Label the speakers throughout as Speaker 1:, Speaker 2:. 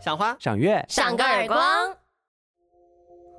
Speaker 1: 赏花。
Speaker 2: 赏月，
Speaker 3: 赏个耳光。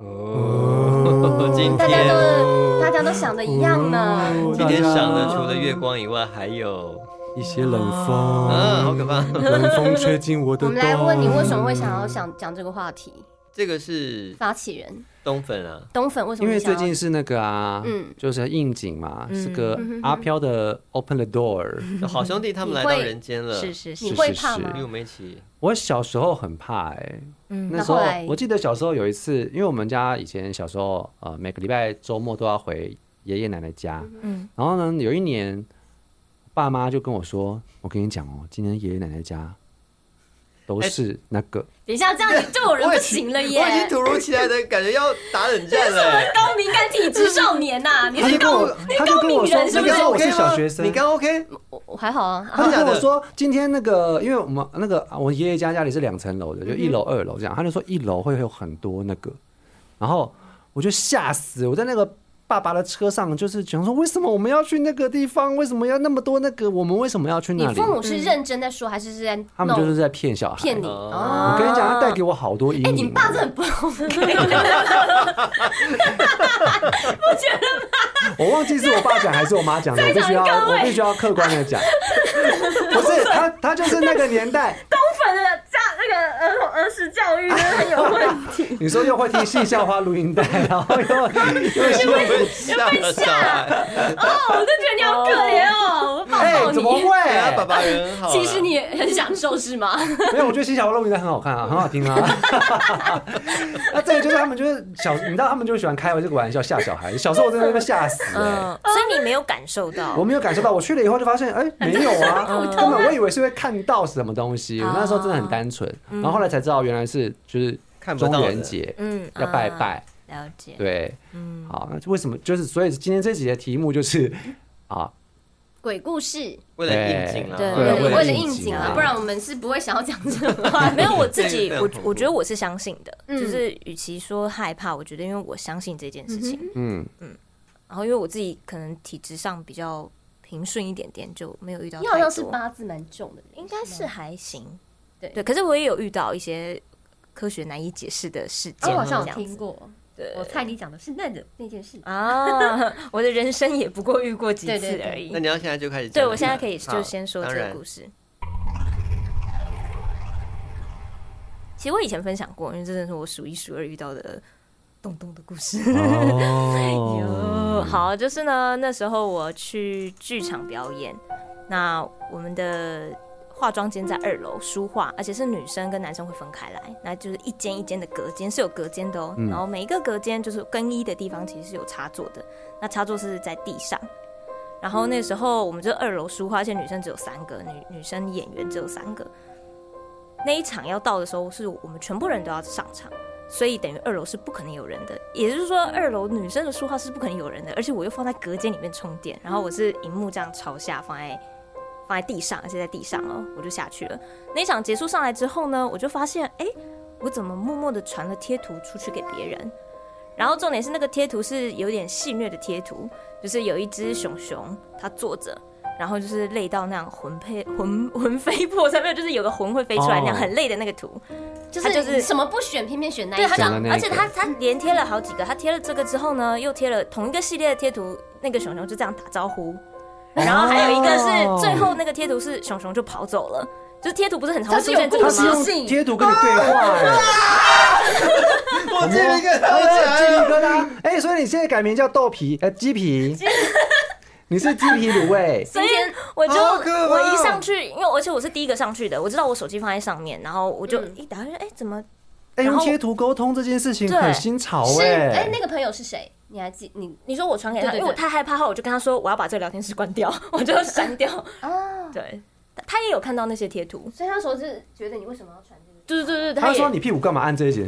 Speaker 1: 哦，今
Speaker 3: 大家
Speaker 1: 天
Speaker 3: 都大家都想的一样呢。
Speaker 1: 今天赏的除了月光以外，还有
Speaker 4: 一些冷风，
Speaker 2: 嗯
Speaker 1: 啊，好可怕！
Speaker 4: 冷风吹进我的。
Speaker 3: 嗯我们来问你为什么会想要想讲这个话题？
Speaker 1: 这个是
Speaker 3: 发起人
Speaker 1: 冬粉啊，
Speaker 3: 东粉为什
Speaker 2: 因
Speaker 3: 么
Speaker 2: 为
Speaker 3: 想
Speaker 2: 最
Speaker 3: 要？
Speaker 2: 近是那个啊，
Speaker 3: 嗯
Speaker 2: 就是应景嘛，
Speaker 5: 嗯
Speaker 2: 是个
Speaker 3: 嗯哼哼
Speaker 2: 阿飘的 Open the Door。
Speaker 1: 好兄弟他们来
Speaker 3: 你会
Speaker 1: 到人间了，
Speaker 5: 是是是
Speaker 3: 你，会怕
Speaker 2: 是
Speaker 3: 吗
Speaker 1: 与？我们一起
Speaker 2: 我小时候很怕哎，
Speaker 5: 嗯
Speaker 2: 那时候
Speaker 3: 那后来
Speaker 2: 我记得小时候有一次，因为我们家以前小时候呃每个礼拜周末都要回爷爷奶奶家，
Speaker 5: 嗯
Speaker 2: 然后呢有一年，爸妈就跟我说，我跟你讲哦，今天爷爷奶奶家
Speaker 3: 哎
Speaker 2: 都是那个，
Speaker 3: 等一下，这样你对我人不行了耶
Speaker 1: 我！已经突如其来的感觉要打冷战 了。
Speaker 3: 高敏感体质少年呐、你
Speaker 2: 他就
Speaker 3: 是
Speaker 2: 跟
Speaker 3: 高
Speaker 2: 我，他就跟我说，
Speaker 3: 你高敏人
Speaker 2: 那
Speaker 3: 是不
Speaker 2: 个
Speaker 3: 是
Speaker 2: 时候我是
Speaker 1: OK 吗
Speaker 2: 小学生，
Speaker 1: 你刚 OK？
Speaker 3: 我我还好啊，
Speaker 2: 他
Speaker 1: 真
Speaker 2: 就
Speaker 1: 的
Speaker 2: 跟
Speaker 1: 假
Speaker 2: 我
Speaker 1: 的
Speaker 2: 说，今天那个，因为我们那个我爷爷家家里是两层楼
Speaker 3: 嗯
Speaker 2: 的，就一楼、二楼这样。他就说一楼会有很多那个，然后我就吓死，我在那个爸爸的车上，就是想说，为什么我们要去那个地方？为什么要那么多那个？我们为什么要去
Speaker 3: 你
Speaker 2: 那里
Speaker 3: 父？母是认真在说，还是是在
Speaker 2: 他们就是
Speaker 3: 弄
Speaker 2: 在骗小孩。
Speaker 3: 骗你？
Speaker 1: 哦
Speaker 3: 哦
Speaker 2: 我跟你讲，他带给我好多阴
Speaker 3: 哎、
Speaker 2: 影。
Speaker 3: 你爸真的很不
Speaker 2: 我忘记是我爸讲还是我妈讲 的，我必须要我必须要客观的讲。不是他，他就是那个年代，
Speaker 3: 反正家那个儿童儿时教育真的很有问题，
Speaker 2: 你说又会听戏笑话录音带，然后 又又
Speaker 1: 因为吓了小 孩，
Speaker 3: 我就觉得你好可怜哦，我抱
Speaker 2: 哎、
Speaker 3: 抱
Speaker 2: 怎么
Speaker 3: 你。
Speaker 2: 会？
Speaker 1: 对啊，爸爸人好啊。
Speaker 3: 呃其实你也很享受是吗？
Speaker 2: 没有，我觉得《新小花露应该很好看啊，很好听啊。 那这个就是他们就是小，你知道他们就喜欢开我这个玩笑吓小孩。小时候我真的被吓死、欸，
Speaker 5: 嗯，所以你没有感受到
Speaker 2: 我，没有感受到。我去了以后就发现，哎、没有啊，根本我以为是会看到什么东西。我那时候真的很单纯，
Speaker 5: 哦
Speaker 2: 然后后来才知道原来是就是
Speaker 1: 看不
Speaker 2: 中
Speaker 1: 到的
Speaker 2: 元节
Speaker 5: 嗯，
Speaker 2: 要拜拜，
Speaker 5: 啊，嗯了解，
Speaker 2: 对，好，那为什么就是所以今天这集的题目就是啊，
Speaker 3: 鬼故事，
Speaker 1: 为了应景啊
Speaker 5: 对
Speaker 1: 了，
Speaker 5: 对
Speaker 3: 为
Speaker 2: 为了
Speaker 3: 了
Speaker 2: 应
Speaker 3: 应
Speaker 2: 景
Speaker 3: 景啊
Speaker 2: 啊，
Speaker 3: 不然我们是不会想要讲这个话
Speaker 5: 没有，我自
Speaker 1: 这
Speaker 5: 己，
Speaker 1: 个非常
Speaker 5: 我
Speaker 1: 恐怖
Speaker 5: 我觉得我是相信的，
Speaker 3: 嗯
Speaker 5: 就是与其说害怕，我觉得因为我相信这件事情，
Speaker 2: 嗯，
Speaker 5: 然后因为我自己可能体质上比较平顺一点点，就没有遇到
Speaker 3: 你好像
Speaker 5: 太
Speaker 3: 是
Speaker 5: 多，
Speaker 3: 八字蛮重 的人，
Speaker 5: 应该是还行，
Speaker 3: 对
Speaker 5: 对，可是我也有遇到一些科学难以解释的事
Speaker 3: 哦
Speaker 5: 件，
Speaker 3: 我好像
Speaker 5: 这
Speaker 3: 有
Speaker 5: 样子
Speaker 3: 听过，
Speaker 5: 对
Speaker 3: 我猜你讲的是那个那件事。
Speaker 5: 啊，我的人生也不过遇过几
Speaker 3: 对对
Speaker 5: 次
Speaker 3: 对
Speaker 5: 而已
Speaker 1: 那。你要现在就开始讲了吗。
Speaker 5: 对，我现在可以就
Speaker 1: 好
Speaker 5: 先说这
Speaker 1: 当
Speaker 5: 个
Speaker 1: 然
Speaker 5: 故事。其实我以前分享过，因为这真的是我数一数二遇到的洞洞的故事。
Speaker 2: 哦
Speaker 5: 哎哟，好，就是呢，那时候我去剧场表演，那我们的化妆间在二楼，梳化，而且是女生跟男生会分开来，那就是一间一间的隔间是有隔间的哦，然后每一个隔间就是更衣的地方其实是有插座的，那插座是在地上。然后那时候我们就二楼梳化，而且女生只有三个，女女生演员只有三个。那一场要到的时候，是我们全部人都要上场，所以等于二楼是不可能有人的，也就是说二楼女生的书画是不可能有人的，而且我又放在隔间里面充电，然后我是荧幕这样朝下放在放在地上，而且在地上哦，我就下去了。那一场结束上来之后呢，我就发现，哎、我怎么默默的传了贴图出去给别人？然后重点是那个贴图是有点戏谑的贴图，就是有一只熊熊，它坐着，然后就是累到那样魂飞魂 魂飞魄散，没有，就是有个魂会飞出来那样，
Speaker 2: 哦
Speaker 5: 很累的那个图。
Speaker 3: 就
Speaker 5: 他就是是
Speaker 3: 什么不选，偏偏选那一
Speaker 5: 对他
Speaker 3: 张
Speaker 2: 讲的那
Speaker 5: 而
Speaker 2: 一
Speaker 5: 且
Speaker 2: 个
Speaker 5: 他他连贴了好几个，他贴了这个之后呢，又贴了同一个系列的贴图，那个熊熊就这样打招呼，然后还有一个是最后那个贴图是熊熊就跑走了，就是贴图不是很常会
Speaker 3: 这是
Speaker 5: 出
Speaker 3: 有
Speaker 5: 现这
Speaker 3: 故
Speaker 5: 个
Speaker 2: 他
Speaker 3: 事
Speaker 2: 是
Speaker 5: 吗？
Speaker 2: 用贴图跟你对话、哎
Speaker 1: 我这一个
Speaker 2: 哎
Speaker 1: 好
Speaker 2: 鸡皮
Speaker 1: 强，
Speaker 2: 疙瘩。哎、所以你现在改名叫豆皮，呃，鸡皮。你是鸡皮卤 味，
Speaker 5: 所以我就
Speaker 1: 好可怕
Speaker 5: 我一上去，因为而且我是第一个上去的，我知道我手机放在上面，然后我就一打开，哎，怎么
Speaker 2: 哎、
Speaker 5: 然
Speaker 2: 用
Speaker 5: 后
Speaker 2: 贴图沟通这件事情
Speaker 5: 对
Speaker 2: 很新潮
Speaker 3: 是
Speaker 2: 哎、
Speaker 3: 哎、那个朋友是谁？你还记你
Speaker 5: 你说我传给他，
Speaker 3: 对对对
Speaker 5: 因为我太害怕，后来我就跟他说我要把这个聊天室关掉，我就删掉。
Speaker 3: 哦？
Speaker 5: 对，他他也有看到那些贴图，
Speaker 3: 所以他说是觉得你为什么要传这个？
Speaker 5: 对对对对，
Speaker 2: 他
Speaker 5: 也
Speaker 2: 说你屁股干嘛按这一 节？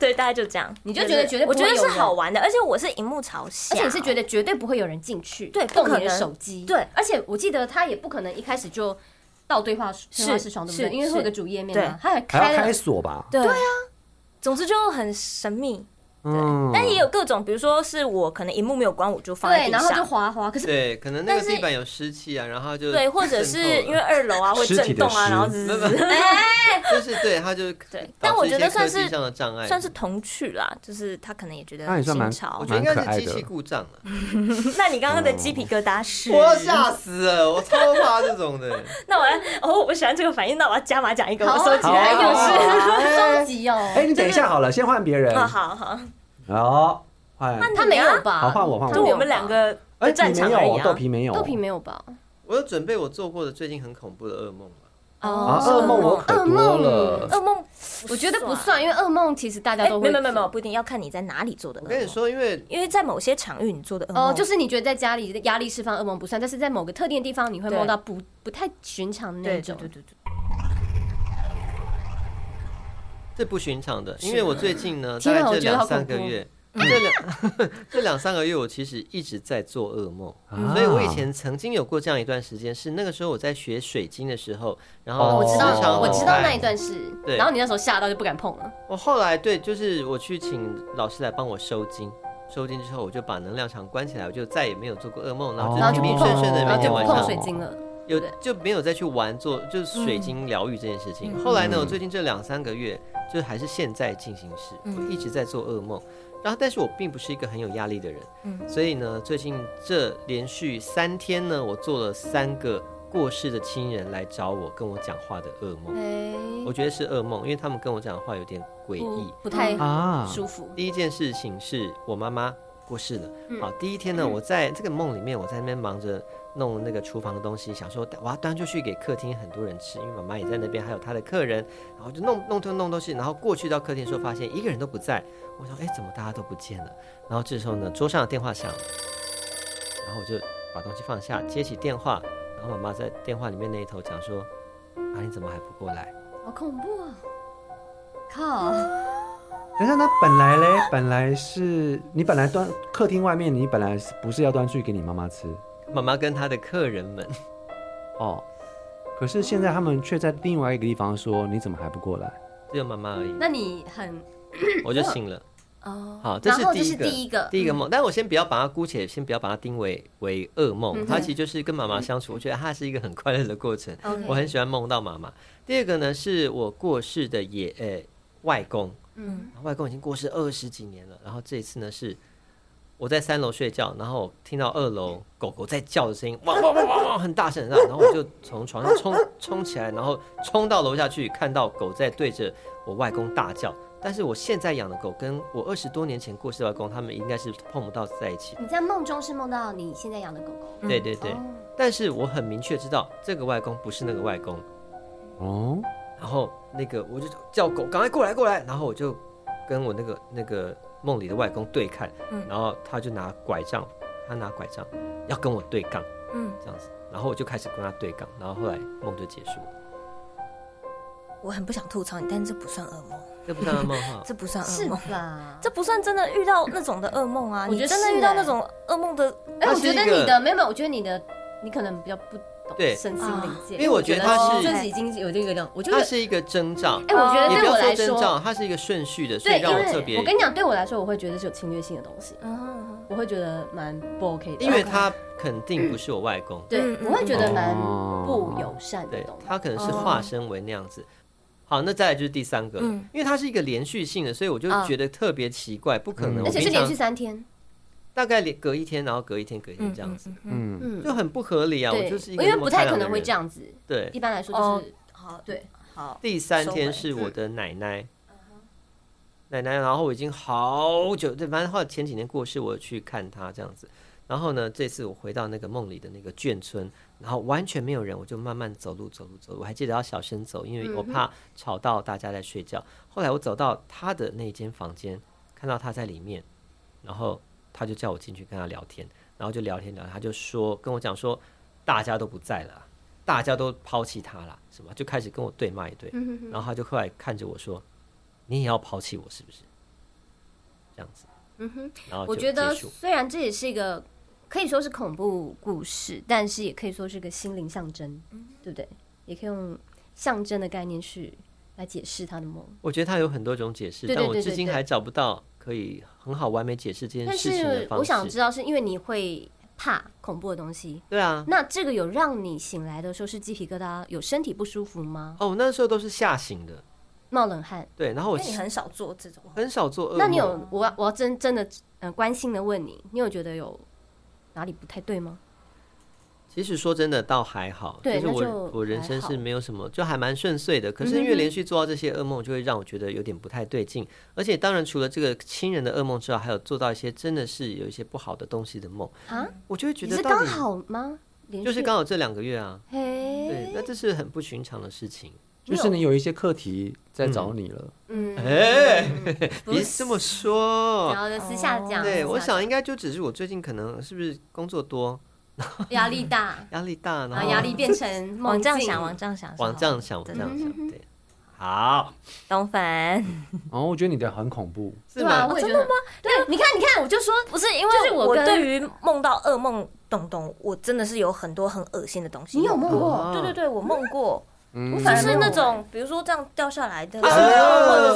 Speaker 5: 对，大概就这样。
Speaker 3: 你就觉得绝对不
Speaker 5: 我
Speaker 3: 会
Speaker 5: 觉得
Speaker 3: 有
Speaker 5: 是
Speaker 3: 人
Speaker 5: 好玩的，而且我是荧幕朝下，
Speaker 3: 而且你是觉得绝对不会有人进去，
Speaker 5: 对不
Speaker 3: 动
Speaker 5: 可
Speaker 3: 你的
Speaker 5: 能
Speaker 3: 手机，
Speaker 5: 对
Speaker 3: 而且我记得他也不可能一开始就到对话室
Speaker 5: 是
Speaker 3: 对话室窗，对不对？
Speaker 5: 是
Speaker 3: 因为会有个主页面嘛
Speaker 5: 对，
Speaker 3: 他还
Speaker 2: 还要
Speaker 3: 开
Speaker 2: 开
Speaker 3: 了，
Speaker 2: 锁吧？
Speaker 5: 对啊。总之就很神秘，
Speaker 2: 嗯，
Speaker 5: 但也有各种，比如说是我可能荧幕没有关，我就放在
Speaker 3: 对，
Speaker 5: 地
Speaker 3: 然后就
Speaker 5: 上。
Speaker 3: 滑滑，可 是
Speaker 1: 对，可能那个
Speaker 3: 但是
Speaker 1: 地板有湿气啊，然后就
Speaker 5: 对，或
Speaker 1: 渗
Speaker 5: 者
Speaker 1: 透
Speaker 5: 是
Speaker 1: 了
Speaker 5: 因为二楼啊会
Speaker 2: 尸体
Speaker 5: 震
Speaker 2: 的
Speaker 5: 动啊，
Speaker 2: 尸
Speaker 5: 然后滋
Speaker 1: 没
Speaker 5: 滋
Speaker 1: 有没
Speaker 5: 滋
Speaker 1: 有， 就是对，他就
Speaker 5: 对
Speaker 1: 导
Speaker 5: 但我
Speaker 1: 致一
Speaker 5: 觉得
Speaker 1: 些
Speaker 5: 算
Speaker 1: 科技
Speaker 5: 是
Speaker 1: 上的障碍，
Speaker 5: 算是童趣啦，就是他可能也觉得
Speaker 2: 那也
Speaker 5: 很
Speaker 2: 算 蛮
Speaker 5: 新潮
Speaker 1: 我。觉得应
Speaker 2: 蛮可
Speaker 1: 该
Speaker 2: 爱
Speaker 1: 是
Speaker 2: 的
Speaker 1: 机器故障了，
Speaker 5: 那你刚刚的鸡皮疙瘩是？
Speaker 1: 我要吓死了，我超怕这种的，
Speaker 5: 那我来哦，我喜欢这个反应，那我要加码讲一个，
Speaker 3: 好啊
Speaker 5: 我收集来
Speaker 2: 好
Speaker 5: 又是。
Speaker 3: 是收集
Speaker 2: 哎，
Speaker 3: 哦，
Speaker 2: 你等一下好了，先换别人。
Speaker 5: 啊，好好，
Speaker 2: 好，换。
Speaker 3: 他没有吧？
Speaker 2: 好换我换我
Speaker 3: 他
Speaker 5: 就
Speaker 3: 没有
Speaker 5: 我们两
Speaker 3: 吧，
Speaker 5: 个
Speaker 2: 哎，
Speaker 5: 的战
Speaker 2: 你没
Speaker 5: 场而
Speaker 2: 有哦，
Speaker 5: 已
Speaker 2: 豆
Speaker 5: 啊。
Speaker 2: 皮没有哦，
Speaker 3: 豆皮没有吧？
Speaker 1: 我有准备我做过的最近很恐怖的噩梦了
Speaker 2: 啊，
Speaker 5: 哦，
Speaker 2: 噩梦我可
Speaker 3: 噩
Speaker 2: 多
Speaker 3: 梦
Speaker 2: 了。
Speaker 5: 噩梦，
Speaker 3: 我觉得不。算，因为噩梦其实大家
Speaker 5: 哎，
Speaker 3: 都会
Speaker 5: 没有没
Speaker 3: 做。
Speaker 5: 有没有，不一定要看你在哪里做的。
Speaker 1: 我跟你，说，因为
Speaker 5: 因为在某些场域你做的噩梦，
Speaker 3: 哦，就是你觉得在家里的压力释放噩梦不算，但是在某个特定的地方你会
Speaker 5: 对
Speaker 3: 梦到不不太寻常的那
Speaker 5: 对
Speaker 3: 种
Speaker 5: 对。对对对，
Speaker 1: 这不寻常的，因为我最近呢，大
Speaker 3: 天啊
Speaker 1: 概这
Speaker 3: 我觉得
Speaker 1: 两
Speaker 3: 好恐
Speaker 1: 三
Speaker 3: 怖嗯
Speaker 1: 个月，这两 这两三个月，我其实一直在做噩梦，
Speaker 2: 哦啊
Speaker 1: 所以我以前曾经有过这样一段时间，是那个时候我在学水晶的时候，然后
Speaker 2: 哦
Speaker 3: 我知道
Speaker 1: 时常
Speaker 3: 我知道
Speaker 1: 很
Speaker 3: 那
Speaker 1: 爱
Speaker 3: 一段是，
Speaker 1: 对
Speaker 3: 然后你那时候吓到就不敢碰了。
Speaker 1: 我后来对，就是我去请老师来帮我收金，收金之后我就把能量场关起来，我就再也没有做过噩梦，然后
Speaker 2: 哦
Speaker 1: 就
Speaker 3: 然后就
Speaker 1: 平
Speaker 3: 不
Speaker 1: 平
Speaker 3: 碰
Speaker 1: 顺顺的每
Speaker 3: 然后就
Speaker 1: 天
Speaker 3: 不
Speaker 1: 晚
Speaker 3: 碰
Speaker 1: 上
Speaker 3: 水晶了。
Speaker 1: 有
Speaker 3: 对嗯
Speaker 1: 就没有再去玩做就是水晶疗愈这件事情。后来呢，我最近这两三个月就还是现在进行式，我
Speaker 3: 嗯
Speaker 1: 一直在做噩梦。然后，但是我并不是一个很有压力的人，
Speaker 3: 嗯
Speaker 1: 所以呢，最近这连续三天呢，我做了三个过世的亲人来找我跟我讲话的噩梦，
Speaker 3: 哎，
Speaker 1: 我觉得是噩梦，因为他们跟我讲的话有点诡异
Speaker 3: 不。不太
Speaker 2: 啊
Speaker 3: 舒服。
Speaker 1: 第一件事情是我妈妈过世了。好，第一天呢，我在这个梦里面，我在那边忙着弄那个厨房的东西，想说我要端出去给客厅很多人吃，因为妈妈也在那边，还有她的客人，然后就弄弄东弄东西，然后过去到客厅的时候，发现一个人都不在。我想，哎，怎么大家都不见了？然后这时候呢，桌上的电话响了，然后我就把东西放下，接起电话，然后妈妈在电话里面那一头讲说：“啊，你怎么还不过来？”
Speaker 3: 好恐怖啊！靠，
Speaker 5: 嗯
Speaker 2: 等一下，那本来嘞，本来是你本来端客厅外面，你本来是不是要端去给你妈妈吃
Speaker 1: 妈妈跟她的客人们。
Speaker 2: 哦？可是现在他们却在另外一个地方说，你怎么还不过来？
Speaker 1: 只有妈妈而已，
Speaker 3: 那你很
Speaker 1: 我就醒了。
Speaker 5: 哦，
Speaker 1: 好，这
Speaker 3: 然
Speaker 1: 是
Speaker 3: 后
Speaker 1: 第
Speaker 3: 这
Speaker 1: 一
Speaker 3: 是
Speaker 1: 个
Speaker 3: 第一个嗯
Speaker 1: 第一个梦，但我先不要把它姑且先不要把它定为为噩
Speaker 3: 嗯
Speaker 1: 梦，它其实就是跟妈妈相处，我觉得它是一个很快乐的过程。
Speaker 3: OK
Speaker 1: 我很喜欢梦到妈妈。第二个呢，是我过世的爷呃外公，
Speaker 3: 嗯，
Speaker 1: 外公已经过世二十几年了。然后这一次呢，是我在三楼睡觉，然后听到二楼狗狗在叫的声音，汪汪汪汪汪，很大声很大声，然后我就从床上冲冲起来，然后冲到楼下去，看到狗在对着我外公大叫。但是我现在养的狗跟我二十多年前过世的外公，他们应该是碰不到在一起的。
Speaker 3: 你在梦中是梦到你现在养的狗狗。
Speaker 1: 对对对，
Speaker 3: 哦
Speaker 1: 但是我很明确知道这个外公不是那个外公，
Speaker 2: 哦，
Speaker 1: 然后那个我就叫狗赶快过来过来，然后我就跟我那个那个梦里的外公对看，
Speaker 5: 嗯
Speaker 1: 然后他就拿拐杖，他拿拐杖要跟我对杠
Speaker 5: 嗯，
Speaker 1: 这样子，然后我就开始跟他对杠，然后后来梦就结束了，
Speaker 5: 我很不想吐槽你，但这不算噩梦，，
Speaker 1: 这不算噩梦哈
Speaker 5: 这不算
Speaker 3: 是
Speaker 5: 噩梦，
Speaker 3: 吧？
Speaker 5: 这不算真的遇到那种的噩梦啊！
Speaker 3: 我觉得
Speaker 5: 你真的遇
Speaker 3: 是
Speaker 5: 到
Speaker 3: 欸
Speaker 5: 那种噩梦的，
Speaker 3: 哎，
Speaker 1: 它
Speaker 3: 我
Speaker 1: 是
Speaker 3: 觉
Speaker 1: 一
Speaker 3: 得
Speaker 1: 个
Speaker 3: 你的没有，没有我觉得你的你可能比较不懂
Speaker 1: 对
Speaker 3: 身心灵界，
Speaker 1: 因为我觉得它是
Speaker 3: 我已经有这个量，我觉 得
Speaker 1: 它，是一个征兆，
Speaker 3: 哎，我觉得
Speaker 1: 也不
Speaker 3: 对
Speaker 1: 要
Speaker 3: 我来
Speaker 1: 说征兆，
Speaker 3: 说，
Speaker 1: 它是一个顺序的，所
Speaker 3: 对，
Speaker 1: 以
Speaker 3: 因
Speaker 1: 让我
Speaker 3: 为
Speaker 1: 特别
Speaker 3: 我，跟你讲，对我来说，我会觉得是有侵略性的东西，
Speaker 5: 嗯，
Speaker 3: 我会觉得蛮不 OK 的，
Speaker 1: 因为他肯定不是我外公，
Speaker 3: 对
Speaker 5: 嗯，嗯
Speaker 3: 我会觉得蛮
Speaker 2: 哦
Speaker 3: 不友善的
Speaker 1: 对
Speaker 3: 东西，
Speaker 1: 他可能
Speaker 3: 哦
Speaker 1: 是化身为那样子。好，那再来就是第三个了，
Speaker 5: 嗯
Speaker 1: 因为它是一个连续性的，所以我就
Speaker 5: 啊
Speaker 1: 觉得特别奇怪，不可能。
Speaker 2: 嗯
Speaker 1: 我
Speaker 3: 而且是
Speaker 1: 平
Speaker 3: 连
Speaker 1: 常
Speaker 3: 续三天，
Speaker 1: 大概连隔一天，然后隔一天，隔一天这样子，
Speaker 5: 嗯，
Speaker 2: 嗯，
Speaker 3: 嗯，
Speaker 1: 就很不合理啊！我
Speaker 3: 对，
Speaker 1: 就是一
Speaker 3: 因
Speaker 1: 个
Speaker 3: 为
Speaker 1: 那么
Speaker 3: 不太
Speaker 1: 开朗
Speaker 3: 可
Speaker 1: 的
Speaker 3: 能会
Speaker 1: 人
Speaker 3: 这样子，
Speaker 1: 对
Speaker 3: 一，般来说
Speaker 5: 哦
Speaker 3: 就是
Speaker 5: 好，
Speaker 3: 对，
Speaker 5: 好，
Speaker 1: 第三
Speaker 5: 收
Speaker 1: 天
Speaker 5: 回
Speaker 1: 是我的奶奶，奶奶，然后我已经好久，对，反正后来前几年过世，我有去看她这样子。然后呢，这次我回到那个梦里的那个眷村，然后完全没有人，我就慢慢走路走路走路，我还记得要小声走，因为我怕吵到大家在睡觉。后来我走到她的那间房间，看到她在里面，然后她就叫我进去跟她聊天，然后就聊天聊天，她就说跟我讲说，大家都不在了啊，大家都抛弃她了，什么就开始跟我对骂一堆。
Speaker 3: 嗯
Speaker 1: 然后她就后来看着我说：“你也要抛弃我是不是？”这样子，嗯哼，然后
Speaker 3: 我
Speaker 1: 就
Speaker 3: 觉得
Speaker 1: 结束
Speaker 3: 虽然这也是一个可以说是恐怖故事，但是也可以说是个心灵象征，对不对？也可以用象征的概念去来解释他的梦。
Speaker 1: 我觉得它有很多种解释，
Speaker 3: 对对
Speaker 1: 但我
Speaker 3: 对
Speaker 1: 至
Speaker 3: 对
Speaker 1: 今
Speaker 3: 对
Speaker 1: 还找不到可以很好完美解释这件
Speaker 3: 但
Speaker 1: 事情的
Speaker 3: 是
Speaker 1: 方式。
Speaker 3: 我想知道，是因为你会怕恐怖的东西，
Speaker 1: 对啊，
Speaker 3: 那这个有让你醒来的时候是鸡皮疙瘩，有身体不舒服吗？
Speaker 1: 哦，我那时候都是吓醒的，
Speaker 3: 冒冷汗？
Speaker 1: 对，然后我
Speaker 5: 那你很少做这种，
Speaker 1: 很少做噩梦。
Speaker 3: 那你有我要我要真真的呃关心的问你，你有觉得有哪里不太对吗？
Speaker 1: 其实说真的，倒还好。就
Speaker 3: 对
Speaker 1: 是
Speaker 3: 那
Speaker 1: 我
Speaker 3: 就
Speaker 1: 我人
Speaker 3: 还
Speaker 1: 生
Speaker 3: 好嗯
Speaker 1: 是没有什么，就还蛮顺遂的。可是因为连续做到这些噩梦，就会让我觉得有点不太对劲。而且当然，除了这个亲人的噩梦之外，还有做到一些真的是有一些不好的东西的梦，
Speaker 3: 啊，
Speaker 1: 我就会觉
Speaker 3: 你
Speaker 1: 得
Speaker 3: 是
Speaker 1: 到
Speaker 3: 刚
Speaker 1: 底
Speaker 3: 好吗？连
Speaker 1: 就是
Speaker 3: 续哎
Speaker 1: 刚好这两个月啊，
Speaker 3: 嘿，
Speaker 1: 对，那这是很不寻常的事情。
Speaker 2: 就是你有一些课题在找你了，
Speaker 3: 嗯，
Speaker 1: 哎、
Speaker 5: 不
Speaker 1: 别
Speaker 5: 是
Speaker 1: 这么说
Speaker 3: 然。后就私下讲，
Speaker 1: 哦对，我
Speaker 3: 私下
Speaker 1: 想应该就只是我最近可能是不是工作多，
Speaker 3: 讲压力大，嗯
Speaker 1: 压力大，然
Speaker 3: 然
Speaker 1: 后
Speaker 3: 后啊压力变成
Speaker 5: 往
Speaker 3: 梦
Speaker 5: 哦这样
Speaker 3: 境
Speaker 5: 想，往这样想，
Speaker 1: 往这样想，往
Speaker 5: 对
Speaker 1: 这样想，对，好，
Speaker 5: 东凡，
Speaker 2: 然哦后我觉得你的很恐怖，
Speaker 1: 是
Speaker 3: 对啊，
Speaker 1: 吗？
Speaker 3: 我也觉得，对，你看，你看，我就说
Speaker 5: 啊不是因
Speaker 3: 就是
Speaker 5: 为
Speaker 3: 我
Speaker 5: 我
Speaker 3: 跟
Speaker 5: 对于梦到噩梦东东，我真的是有很多很恶心的东西。
Speaker 3: 你有梦过，
Speaker 1: 啊
Speaker 5: 对对对，我梦过，
Speaker 2: 嗯
Speaker 5: 我
Speaker 3: 反
Speaker 5: 反
Speaker 3: 而
Speaker 5: 而
Speaker 3: 没
Speaker 5: 是
Speaker 3: 有
Speaker 5: 那
Speaker 3: 欸
Speaker 5: 种，比如说这样掉下来的，
Speaker 1: 哎呦
Speaker 5: 或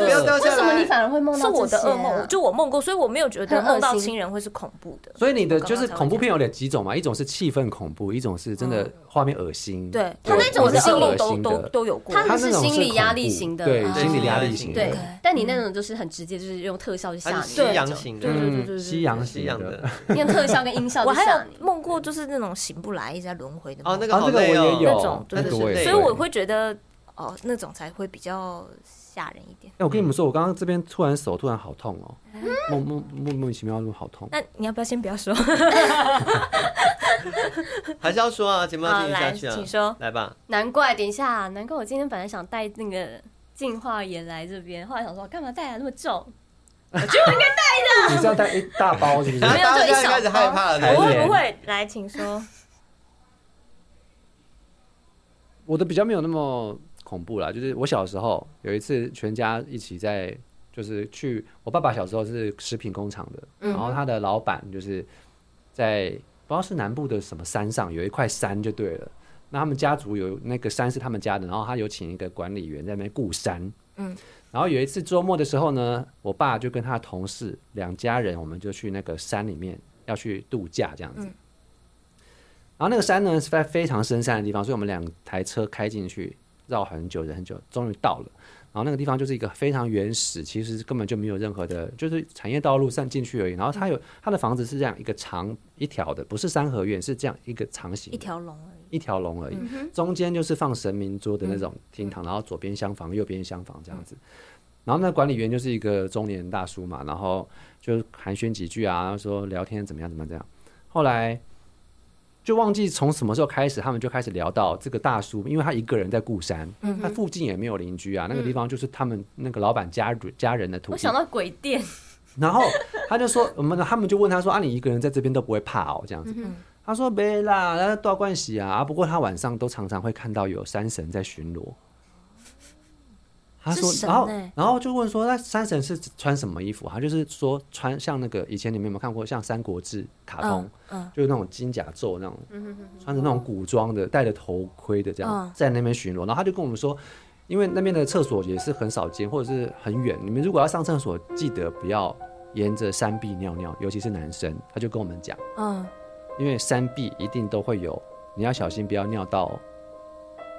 Speaker 1: 不要
Speaker 5: 者
Speaker 1: 掉
Speaker 5: 是
Speaker 1: 下来
Speaker 3: 为什么你反而会梦
Speaker 5: 啊是
Speaker 3: 到
Speaker 5: 我的
Speaker 3: 这些啊
Speaker 5: 噩梦，就我梦过，所以我没有觉得
Speaker 3: 很恶
Speaker 5: 梦到
Speaker 3: 心
Speaker 5: 亲人会是恐怖的。
Speaker 2: 所以你的
Speaker 5: 我刚
Speaker 2: 就
Speaker 5: 刚
Speaker 2: 是
Speaker 5: 才会嗯
Speaker 2: 恐怖片有两几种嘛，一种是气氛恐怖，一种是真的画面恶心。
Speaker 5: 对，
Speaker 2: 对
Speaker 3: 那种
Speaker 5: 我的
Speaker 3: 是
Speaker 5: 噩梦
Speaker 2: 恶
Speaker 5: 都
Speaker 2: 心的
Speaker 5: 都都有过。
Speaker 3: 他
Speaker 2: 它
Speaker 3: 们
Speaker 2: 那种
Speaker 3: 是心理
Speaker 2: 恐
Speaker 3: 压力
Speaker 2: 怖
Speaker 3: 型的
Speaker 2: 对
Speaker 5: 嗯
Speaker 3: 啊，
Speaker 2: 心理压
Speaker 1: 对
Speaker 2: 力型的
Speaker 3: 对，但你那种就是很直接，就是用特效去吓
Speaker 1: 它是
Speaker 3: 你
Speaker 1: 西
Speaker 3: 那种，
Speaker 1: 洋型的，
Speaker 5: 对对对对对
Speaker 2: 嗯，西洋
Speaker 1: 西
Speaker 2: 型
Speaker 1: 洋
Speaker 2: 的
Speaker 1: 的。
Speaker 3: 你用特效跟音效
Speaker 5: 我
Speaker 3: 去
Speaker 5: 还
Speaker 3: 吓
Speaker 5: 有
Speaker 3: 你。
Speaker 5: 梦过，就是那种醒不来一直在轮回的
Speaker 1: 哦
Speaker 5: 梦，，
Speaker 1: 那个
Speaker 2: 啊，
Speaker 1: 好
Speaker 2: 这个我
Speaker 1: 累哦
Speaker 2: 也
Speaker 5: 那
Speaker 2: 有
Speaker 5: 种，
Speaker 1: 真的
Speaker 2: 那个
Speaker 1: 是
Speaker 2: 我也
Speaker 1: 累
Speaker 2: 有。
Speaker 5: 所以我会觉得哦，那种才会比较吓人一点。
Speaker 2: 哎，我跟你们说，我刚刚这边突然手突然好痛哦，莫莫莫莫名其妙那么好痛。哦
Speaker 5: 那你要不要先不要说？
Speaker 1: 还是要说啊，节目要
Speaker 5: 好
Speaker 1: 进行下
Speaker 5: 来
Speaker 1: 去啊，
Speaker 5: 请说
Speaker 1: 来吧。
Speaker 3: 难怪，等一下，啊难怪我今天本来想带那个净化盐来这边，后来想说干嘛带来那么重？
Speaker 2: 你是要带一大包是不是
Speaker 1: 然？后
Speaker 3: 没 有
Speaker 1: 大
Speaker 3: 就一
Speaker 1: 家
Speaker 3: 小
Speaker 1: 开始害怕了，
Speaker 2: 包
Speaker 1: 对
Speaker 5: 我
Speaker 1: 不对
Speaker 5: 会不会来，请说。
Speaker 2: 我的比较没有那么恐怖啦，就是我小时候有一次全家一起在，就是去我爸爸小时候是食品工厂的，
Speaker 3: 嗯
Speaker 2: 然后他的老板就是在不知道是南部的什么山上有一块山就对了。那他们家族有那个山是他们家的，然后他有请一个管理员在那边顾山。
Speaker 5: 嗯，
Speaker 2: 然后有一次周末的时候呢，我爸就跟他同事两家人，我们就去那个山里面要去度假这样子。然后那个山呢是在非常深山的地方，所以我们两台车开进去，绕很久很久，终于到了。然后那个地方就是一个非常原始，其实根本就没有任何的，就是产业道路上进去而已。然后它有它的房子是这样一个长一条的，不是三合院，是这样一个长形
Speaker 5: 一
Speaker 2: 的
Speaker 5: 条龙
Speaker 3: 啊
Speaker 5: 而已。
Speaker 2: 一条龙而已，
Speaker 5: 嗯
Speaker 3: 嗯
Speaker 2: 中间就是放神明桌的那种厅堂，然后左边厢房，右边厢房这样子。然后那管理员就是一个中年大叔嘛，然后就寒暄几句啊，然后说聊天怎么样怎么样这样。后来就忘记从什么时候开始，他们就开始聊到这个大叔，因为他一个人在固山，
Speaker 3: 嗯
Speaker 2: 他附近也没有邻居啊，那个地方就是他们那个老板家人家人的土
Speaker 3: 我
Speaker 2: 地
Speaker 3: 想。到鬼店，
Speaker 2: 然后他就说，我们他们就问他说啊，你一个人在这边都不会怕哦，这样
Speaker 5: 嗯
Speaker 2: 子。他说没啦，那多关系啊。啊不过他晚上都常常会看到有山神在巡逻。他说
Speaker 5: 是，神
Speaker 2: 然后
Speaker 5: 欸
Speaker 2: 然后就问说，那山神是穿什么衣服？他就是说穿像那个以前你们有没有看过像《三国志》卡通，
Speaker 5: 嗯
Speaker 2: 就是那种金甲胄那种，穿着那种古装的，戴着头盔的这样
Speaker 5: 嗯，
Speaker 2: 在那边巡逻。然后他就跟我们说，因为那边的厕所也是很少见，或者是很远，你们如果要上厕所，记得不要沿着山壁尿尿，尤其是男生。他就跟我们讲，
Speaker 5: 嗯，
Speaker 2: 因为山壁一定都会有，你要小心不要尿到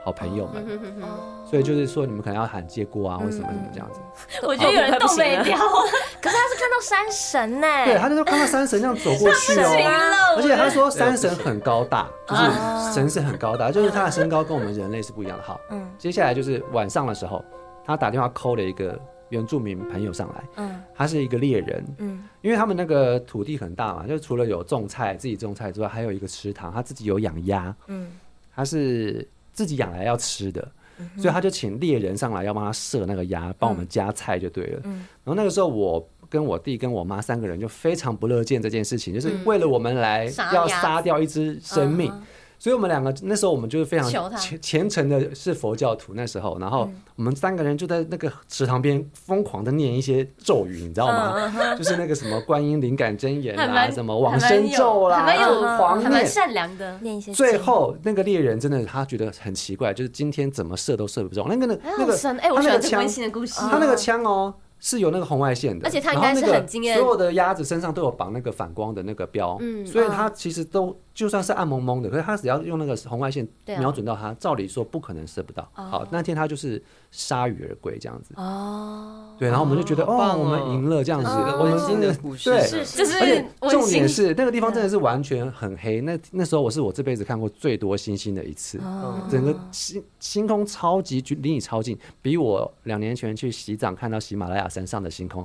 Speaker 2: 好朋友
Speaker 5: 嗯
Speaker 2: 们。
Speaker 3: 哦
Speaker 2: 所以就是说，你们可能要喊借过啊，或什么
Speaker 5: 嗯
Speaker 2: 什么这样子。
Speaker 3: 我
Speaker 5: 觉得有人动没
Speaker 3: 掉，
Speaker 5: 可是他是看到山神呢。
Speaker 2: 对，他就说看到山神这样走过去
Speaker 5: 神啊
Speaker 2: 哦。
Speaker 3: 啊
Speaker 5: 了哦
Speaker 2: 而且他说山神很高 大，就是神是很高大，就是他的身高跟我们人类是不一样的。好，
Speaker 5: 嗯
Speaker 2: 接下来就是晚上的时候，他打电话 call 了一个原住民朋友上来，
Speaker 5: 嗯
Speaker 2: 他是一个猎人，
Speaker 5: 嗯
Speaker 2: 因为他们那个土地很大嘛，就除了有种菜自己种菜之外，还有一个池塘，他自己有养鸭，
Speaker 5: 嗯，
Speaker 2: 他是自己养来要吃的，
Speaker 3: 嗯
Speaker 2: 所以他就请猎人上来要帮他射那个鸭，帮我们加菜就对了。
Speaker 3: 嗯
Speaker 2: 然后那个时候我。跟我弟跟我妈三个人就非常不乐见这件事情，就是为了我们来
Speaker 3: 嗯杀
Speaker 2: 要
Speaker 3: 鸭嗯
Speaker 2: 杀掉一只生命，所以我们两个那时候我们就是非
Speaker 3: 求
Speaker 2: 常
Speaker 3: 他嗯
Speaker 2: 虔虔诚的是佛教徒那时候，然后我们三个人就在那个池塘边疯狂的念一些咒语，你知道吗？就是那个什么观音灵感真言
Speaker 3: 嗯还
Speaker 2: 啦，
Speaker 3: 蛮
Speaker 2: 什么往生咒啦，
Speaker 3: 还蛮有
Speaker 2: 黄
Speaker 3: 嗯还蛮
Speaker 2: 念。
Speaker 3: 善良的。
Speaker 5: 念一些
Speaker 2: 最
Speaker 5: 经
Speaker 2: 后那个猎人真的他觉得很奇怪，就是今天怎么射都射不中，那个那
Speaker 3: 哎
Speaker 2: 那
Speaker 3: 好
Speaker 2: 个
Speaker 3: 深哎，
Speaker 2: 他
Speaker 3: 我喜
Speaker 2: 那个
Speaker 3: 欢这
Speaker 2: 枪
Speaker 3: 温馨的故事。
Speaker 2: 他那个枪哦。是有那个红外线的，
Speaker 3: 啊而且他应
Speaker 2: 然后
Speaker 3: 该是
Speaker 2: 那个
Speaker 3: 很惊艳
Speaker 2: 所有的鸭子身上都有绑那个反光的那个标，
Speaker 3: 嗯
Speaker 2: 所以它其实都就算是暗蒙蒙的，可是它只要用那个红外线
Speaker 3: 对啊
Speaker 2: 瞄准到它，照理说不可能射不到。好，那天它就是铩羽而归这样子。
Speaker 3: 哦，
Speaker 2: 对，然后我们就觉得
Speaker 1: 好棒
Speaker 2: 哦，
Speaker 1: 哦
Speaker 2: 我们赢了这样子，
Speaker 1: 这
Speaker 3: 是个
Speaker 2: 我们
Speaker 1: 温馨的
Speaker 2: 真
Speaker 1: 故事
Speaker 2: 对，
Speaker 1: 是
Speaker 5: 就
Speaker 2: 而
Speaker 5: 是
Speaker 2: 且
Speaker 5: 温
Speaker 2: 重点
Speaker 5: 馨。
Speaker 2: 是那个地方真
Speaker 3: 嗯
Speaker 2: 的是完全很黑，那那时候我是我这辈子看过最多星星的一次，
Speaker 1: 嗯
Speaker 2: 整个星星空超级距离你超近，比我两年前去西藏看到喜马拉雅山上的星空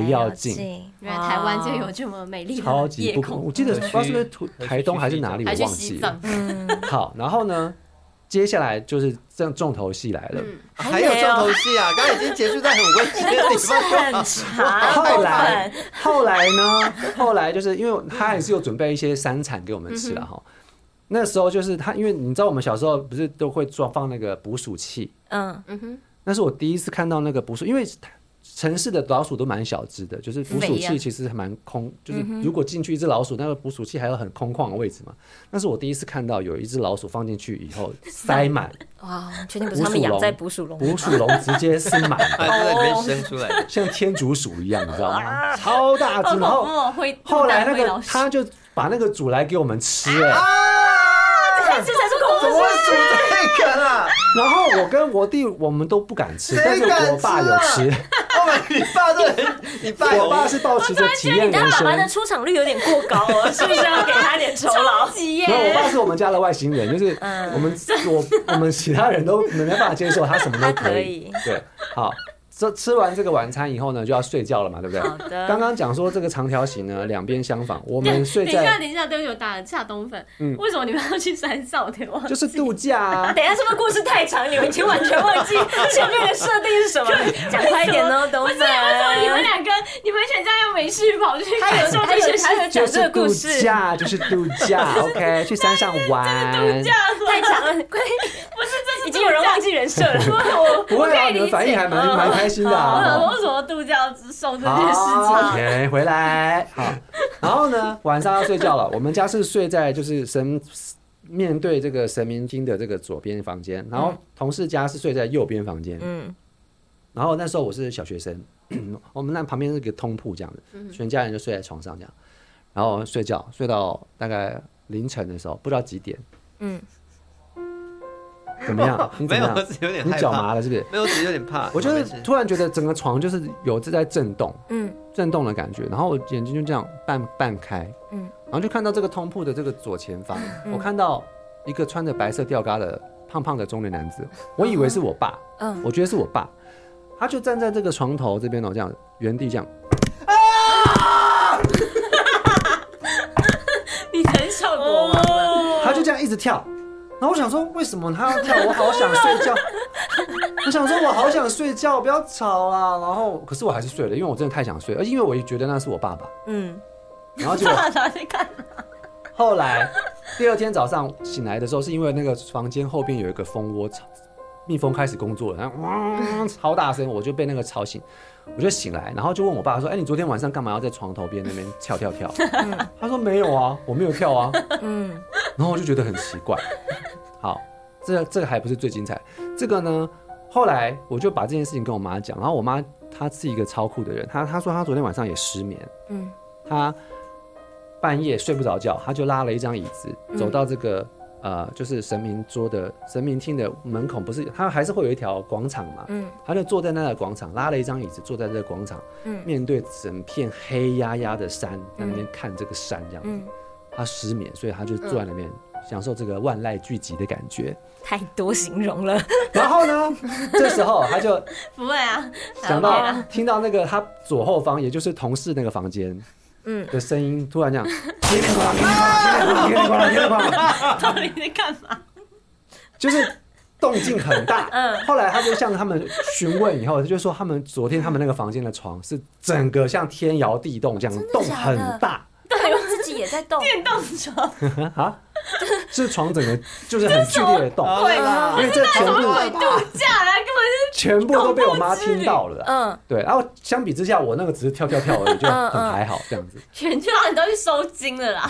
Speaker 2: 还要近，，
Speaker 3: 原来台湾就
Speaker 5: 啊
Speaker 3: 有这么美丽
Speaker 2: 超
Speaker 3: 的
Speaker 2: 级
Speaker 3: 夜
Speaker 2: 不可。
Speaker 3: 空，
Speaker 2: 我记得
Speaker 1: 回
Speaker 2: 不
Speaker 1: 去
Speaker 2: 知道是不是图
Speaker 1: 回去
Speaker 2: 台东还是
Speaker 1: 去
Speaker 2: 哪
Speaker 1: 西藏
Speaker 2: 里，我
Speaker 3: 还去
Speaker 2: 忘
Speaker 3: 西
Speaker 2: 记
Speaker 3: 藏
Speaker 2: 了。， 好，然后呢，接下来就是这样重头戏来了。
Speaker 3: 嗯
Speaker 1: 还有重头戏啊！刚刚已经结束在很温馨的地方，
Speaker 5: 很
Speaker 1: 啊
Speaker 5: 长，
Speaker 2: 后来，后来呢？ 后来就是因为他还是有准备一些山产给我们
Speaker 3: 嗯
Speaker 2: 吃了哈。那时候就是他，因为你知道我们小时候不是都会装放那个捕鼠器，
Speaker 5: 嗯，
Speaker 3: 嗯哼，
Speaker 2: 那是我第一次看到那个捕鼠，因为城市的老鼠都蛮小只的，就是捕鼠
Speaker 3: 肥呀
Speaker 2: 器
Speaker 3: 嗯
Speaker 2: 其实还蛮空，就是如果进去一只老鼠，那个捕鼠器还有很空旷的位置嘛。那是我第一次看到有一只老鼠放进去以后塞满
Speaker 3: 哇，
Speaker 5: 确定不是他们养在捕鼠笼里
Speaker 2: 捕鼠笼，直接是满
Speaker 1: 它
Speaker 2: 的，
Speaker 1: 就在里面生出来 的。
Speaker 2: 像天竺鼠一样，你知道吗？超大只，然后
Speaker 3: 啊哦，会
Speaker 2: 后来那
Speaker 3: 会
Speaker 2: 个
Speaker 3: 老啊师
Speaker 2: 他就把那个煮来给我们吃、哎、啊
Speaker 5: 这才是恐
Speaker 1: 怎么会煮这个啦？
Speaker 2: 然后我跟我弟我们都不敢吃，
Speaker 1: 谁
Speaker 2: 但是
Speaker 1: 敢
Speaker 2: 我爸
Speaker 1: 吃哎
Speaker 2: 有
Speaker 1: 啊
Speaker 2: 吃，
Speaker 1: 哦，你爸都很，你爸
Speaker 2: 哦我爸是抱持着体验
Speaker 5: 你家
Speaker 2: 人
Speaker 5: 爸
Speaker 2: 生
Speaker 5: 爸。的出场率有点过高哦，是不是要给他点酬劳？
Speaker 3: 级
Speaker 2: 然后我
Speaker 3: 耶，
Speaker 2: 爸是我们家的外星人，就是
Speaker 5: 嗯
Speaker 2: 我们我我们其他人都没办法接受，他什么都
Speaker 5: 他
Speaker 2: 可
Speaker 5: 可
Speaker 2: 以
Speaker 5: 以。
Speaker 2: 对，好，这吃完这个晚餐以后呢，就要睡觉了嘛，对不对？
Speaker 5: 好的
Speaker 2: 刚刚讲说这个长条形呢，两边相反，我
Speaker 3: 等
Speaker 2: 们
Speaker 3: 一
Speaker 2: 睡
Speaker 3: 下，
Speaker 2: 在
Speaker 3: 等一下，对不起，我打了下东粉
Speaker 2: 嗯。
Speaker 3: 为什么你们要去山上？对吗？
Speaker 2: 就是度假 啊。
Speaker 5: 等一下，是不是故事太长？你们已经完全忘记前面的设定是什么？讲快一点哦，董粉。
Speaker 3: 你们两个，你们全家又没事跑去
Speaker 5: 他有
Speaker 3: 感受
Speaker 5: 他
Speaker 3: 这
Speaker 5: 有
Speaker 3: 些
Speaker 5: 他有
Speaker 2: 就
Speaker 5: 讲这
Speaker 2: 是
Speaker 5: 个
Speaker 2: 度
Speaker 5: 故事，
Speaker 2: 假，就是度假，OK，去山上 玩。
Speaker 5: 太长了，快！
Speaker 3: 不是，这是
Speaker 5: 已经有人忘记人设了。
Speaker 3: 我
Speaker 2: 不会啊，你们反应还蛮蛮开心的
Speaker 3: 我
Speaker 2: 啊
Speaker 3: 想。说什么度假之兽这件事情，
Speaker 2: 好，OK，回来。好，然后呢，晚上要睡觉了。我们家是睡在就是神面对这个神明厅的这个左边房间，然后同事家是睡在右边房间。
Speaker 5: 嗯，
Speaker 2: 然后那时候我是小学生， 我们那旁边是个通铺这样
Speaker 1: 嗯
Speaker 2: 子，全家人就睡在床上这样，然后睡觉睡到大概凌晨的时候，不知道几 点。
Speaker 5: 嗯，
Speaker 2: 怎么样？你
Speaker 1: 没
Speaker 2: 怎
Speaker 1: 有，
Speaker 2: 么样
Speaker 1: 我？只有点
Speaker 2: 你
Speaker 1: 害
Speaker 2: 脚
Speaker 1: 怕。
Speaker 2: 麻了是不是？
Speaker 1: 没有，我只是有点怕。
Speaker 2: 我就
Speaker 1: 没
Speaker 2: 是
Speaker 1: 事
Speaker 2: 突然觉得整个床就是有这在震动，
Speaker 5: 嗯，
Speaker 2: 震动的感觉，然后我眼睛就这样半半开，
Speaker 5: 嗯
Speaker 2: 然后就看到这个通铺的这个左前方，我看到一个穿着白色吊嘎的胖胖的中年男 子，我以为是我爸，
Speaker 5: 嗯
Speaker 2: 我觉得是我爸，他就站在这个床头这边哦，这样原地这样，
Speaker 3: 你能效果吗？
Speaker 5: 哦，
Speaker 2: 他就这样一直跳，然后我想说为什么他要跳？我好想睡 觉，我想说我好想睡觉，不要吵啦。然后可是我还是睡了，因为我真的太想睡，而且因为我也觉得那是我爸爸，
Speaker 5: 嗯，
Speaker 2: 然后结果。
Speaker 3: 拿去看，
Speaker 2: 后来第二天早上醒来的时候，是因为那个房间后边有一个蜂窝吵，蜜蜂开始工作了，然后汪超大声，我就被那个吵醒，我就醒来，然后就问我爸说：“哎、你昨天晚上干嘛要在床头边那边跳跳跳？”他说：“没有啊，我没有跳啊。”
Speaker 5: 嗯，
Speaker 2: 然后我就觉得很奇怪。好，这这个还不是最精彩，这个呢，后来我就把这件事情跟我妈讲，然后我妈她是一个超酷的人，她她说她昨天晚上也失眠，
Speaker 5: 嗯，
Speaker 2: 她半夜睡不着觉，她就拉了一张椅子
Speaker 5: 嗯
Speaker 2: 走到这个。呃，就是神明桌的神明厅的门口，不是她还是会有一条广场嘛，
Speaker 5: 嗯，
Speaker 2: 她就坐在那个广场，拉了一张椅子坐在这个广场，
Speaker 5: 嗯
Speaker 2: 面对整片黑压压的山，在那边看这个山这样子，
Speaker 5: 嗯
Speaker 2: 他失眠，所以他就坐在那边享受这个万籁俱寂的感觉。
Speaker 5: 太多形容了。
Speaker 2: 然后呢，这时候他就
Speaker 3: 不会啊，
Speaker 2: 想到听到那个他左后方，也就是同事那个房间，
Speaker 5: 嗯
Speaker 2: 的声音，突然这样，噼里啪啦，噼里啪啦，噼里啪啦，噼里啪啦，
Speaker 3: 到底在干嘛？
Speaker 2: 就是。动静很大，
Speaker 5: 嗯
Speaker 2: 后来他就向他们询问，以后他就说他们昨天他们那个房间的床是整个像天摇地动这样，动
Speaker 5: 假
Speaker 2: 很
Speaker 5: 的
Speaker 2: 大，
Speaker 5: 对，我自己也在动。
Speaker 3: 电动床，
Speaker 2: 啊，是床整个就是很剧烈的动，
Speaker 1: 好了啦，
Speaker 2: 因为这全部
Speaker 3: 度假来跟
Speaker 2: 全部都被我妈听到了啦。
Speaker 5: 嗯，
Speaker 2: 对，然后相比之下，我那个只是跳跳跳而已，就很还好这样子。
Speaker 3: 全家人都去收金了啦。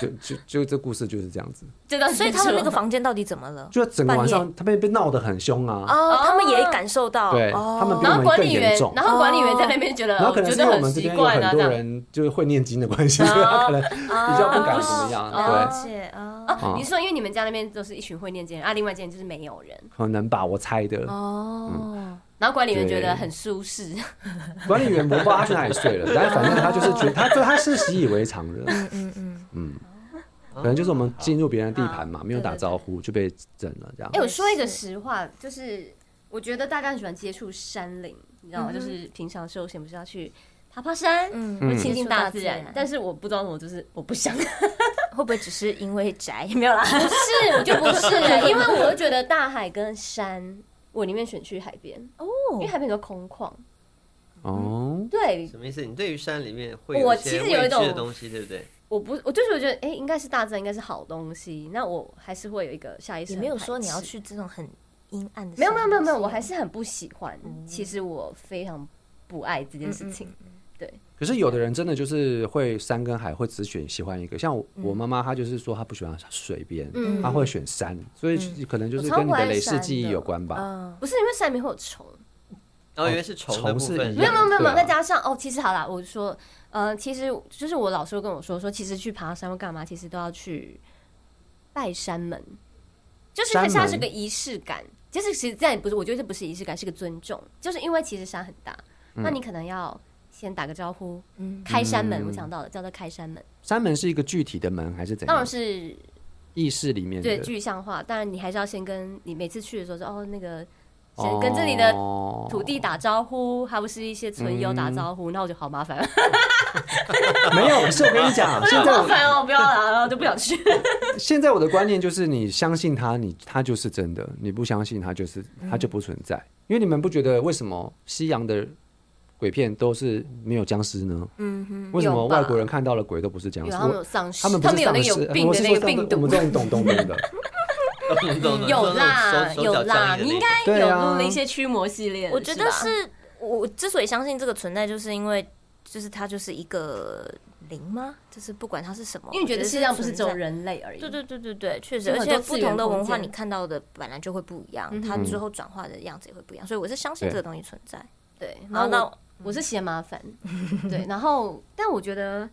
Speaker 2: 就就就这故事就是这样子，
Speaker 3: 这段
Speaker 5: 所以他们那个房间到底怎么了？
Speaker 2: 就整个晚
Speaker 5: 半
Speaker 2: 上他们被闹得很凶啊。
Speaker 5: 哦，他们也感受到，
Speaker 2: 对
Speaker 5: 哦
Speaker 2: 他们比
Speaker 3: 然
Speaker 2: 我
Speaker 3: 后
Speaker 2: 们
Speaker 3: 管
Speaker 2: 更
Speaker 3: 理员
Speaker 2: 严重，。
Speaker 3: 然后管理员在那边觉得，
Speaker 2: 然后可
Speaker 3: 我
Speaker 2: 能
Speaker 3: 觉
Speaker 2: 是因
Speaker 3: 得
Speaker 2: 为我们
Speaker 3: 很
Speaker 2: 这
Speaker 3: 奇
Speaker 2: 边有
Speaker 3: 怪
Speaker 2: 很
Speaker 3: 啦，这
Speaker 2: 多
Speaker 3: 样。哦
Speaker 2: 人就是会念经的关系，所以 他可能比较不敢怎么样。
Speaker 5: 了
Speaker 2: 对，
Speaker 5: 解啊，
Speaker 3: 哦
Speaker 2: 嗯，
Speaker 3: 你是说因为你们家那边都是一群会念经人啊，另外一间就是没有人，
Speaker 2: 可能吧，我猜的。
Speaker 5: 哦，
Speaker 3: 然后管理员觉得
Speaker 2: 对
Speaker 3: 很舒适，
Speaker 2: 管理员我不知道他去哪里睡 了，但反正他就是觉得他他是习以为常的，
Speaker 5: 嗯嗯嗯，
Speaker 2: 嗯，可能就是我们进入别人的地盘嘛，没有打
Speaker 3: 对对
Speaker 2: 招呼就被整了这样
Speaker 3: 哎、。我说一个实话，就是我觉得大家很喜欢接触山林，你知道吗？
Speaker 5: 嗯哼
Speaker 3: 就是平常休闲不是要去爬爬山，
Speaker 5: 嗯
Speaker 3: 或亲近大
Speaker 5: 接
Speaker 3: 自
Speaker 5: 触大
Speaker 3: 然。
Speaker 5: 自然
Speaker 3: 但是我不知道为什么，就是我不想，不
Speaker 5: 会不会只是因为 宅没有啦？
Speaker 3: 是，我就不 是，因为我就觉得大海跟山，我宁愿选去海边，
Speaker 5: 哦，
Speaker 3: 因为海边比较空旷。
Speaker 2: 哦，
Speaker 3: 对，
Speaker 1: 什么意思？你对于山里面会有
Speaker 3: 我
Speaker 1: 一
Speaker 3: 其
Speaker 1: 些
Speaker 3: 实有
Speaker 1: 未
Speaker 3: 一
Speaker 1: 知的
Speaker 3: 种
Speaker 1: 东西，对不对？
Speaker 3: 我不，我就是我觉得，哎、应该是大自然，应该是好东西。那我还是会有一个下意识，
Speaker 5: 也没有说你要。去这种很阴暗的山，
Speaker 3: 没有没有没有没有，我还是很不喜欢。其实我非常不爱这件事情。
Speaker 2: 可是有的人真的就是会山跟海会只选喜欢一个，像我我妈妈她就是说她不喜欢水边，
Speaker 3: 嗯
Speaker 2: 她会选山，所以可能就是
Speaker 3: 我超
Speaker 2: 跟你
Speaker 3: 不爱
Speaker 2: 的累世
Speaker 3: 山
Speaker 2: 记忆
Speaker 3: 的
Speaker 2: 有关吧。
Speaker 5: 嗯，
Speaker 3: 不是因为山里面会有虫，
Speaker 1: 然后原来是虫的部
Speaker 2: 虫是
Speaker 1: 分，
Speaker 2: 一
Speaker 3: 没有
Speaker 2: 样
Speaker 3: 没有没有
Speaker 2: 对
Speaker 3: 没有，
Speaker 2: 啊
Speaker 3: 再加上哦，其实好啦，我说，呃，其实就是我老师会跟我说，说其实去爬山或干嘛，其实都要去拜山门，就是它
Speaker 2: 山门
Speaker 3: 像是个仪式感。就是其实这样也不是，我觉得这不是仪式感，是个尊重。就是因为其实山很大，
Speaker 2: 嗯
Speaker 3: 那你可能要先打个招呼，
Speaker 5: 嗯
Speaker 3: 开山门。
Speaker 2: 嗯
Speaker 3: 我想到了，叫做开山门，
Speaker 2: 山门是一个具体的门还是怎
Speaker 3: 当
Speaker 2: 样？
Speaker 3: 然嗯是
Speaker 2: 意识里面的
Speaker 3: 对具象化。当然你还是要先跟你每次去的时候说，哦，那个先跟这里的
Speaker 2: 哦嗯
Speaker 3: 土地打招呼，还不是一些存友打招呼，那我就好麻烦。
Speaker 2: 啊没有，是我跟你 讲，现在
Speaker 3: 好
Speaker 2: 我
Speaker 3: 烦哦，不要啦，然后就不想去。
Speaker 2: 现在我的观念就是，你相信他，你他就是真的；你不相信他，就是
Speaker 3: 嗯
Speaker 2: 他就不存在。因为你们不觉得为什么西洋的鬼片都是没有僵尸呢？
Speaker 5: 嗯哼，
Speaker 2: 为什么
Speaker 3: 有吧
Speaker 2: 外国人看到了鬼都不是僵
Speaker 3: 有
Speaker 2: 尸？
Speaker 3: 他们
Speaker 2: 我
Speaker 3: 有丧尸，
Speaker 2: 他们不是
Speaker 3: 有那
Speaker 2: 丧
Speaker 3: 个有
Speaker 2: 尸，
Speaker 3: 病
Speaker 2: 我
Speaker 3: 的
Speaker 2: 是
Speaker 3: 那
Speaker 2: 说
Speaker 3: 个病
Speaker 2: 我们
Speaker 3: 毒
Speaker 2: 这。种懂懂懂 的。
Speaker 1: 懂懂懂
Speaker 3: 有
Speaker 1: 懂
Speaker 3: 啦，
Speaker 1: 手手
Speaker 3: 有
Speaker 1: 脚僵硬
Speaker 3: 啦，
Speaker 1: 的
Speaker 3: 你应
Speaker 1: 那
Speaker 3: 该
Speaker 1: 种
Speaker 2: 对
Speaker 3: 有
Speaker 2: 啊
Speaker 3: 录了一些驱魔系列的，
Speaker 5: 我觉得
Speaker 3: 呃吧
Speaker 5: 是我我之所以相信这个存在，就是因为就是它就是一个灵吗？就是不管它是什么，
Speaker 3: 因为你觉得世界上不是只有
Speaker 5: 种。
Speaker 3: 人类而已。
Speaker 5: 对对对对对，确实，
Speaker 3: 有
Speaker 5: 而
Speaker 3: 很多
Speaker 5: 且
Speaker 3: 次
Speaker 5: 不
Speaker 3: 元
Speaker 5: 同的文化
Speaker 3: 空间嗯
Speaker 5: 你看到的本来就会不一样，它之后转化的样子也会不一样，所以我是相信
Speaker 2: 对
Speaker 5: 这个东西存在。
Speaker 3: 对，
Speaker 5: 然后
Speaker 3: 那
Speaker 5: 那
Speaker 3: 我是嫌麻 烦，对，然后但我觉得，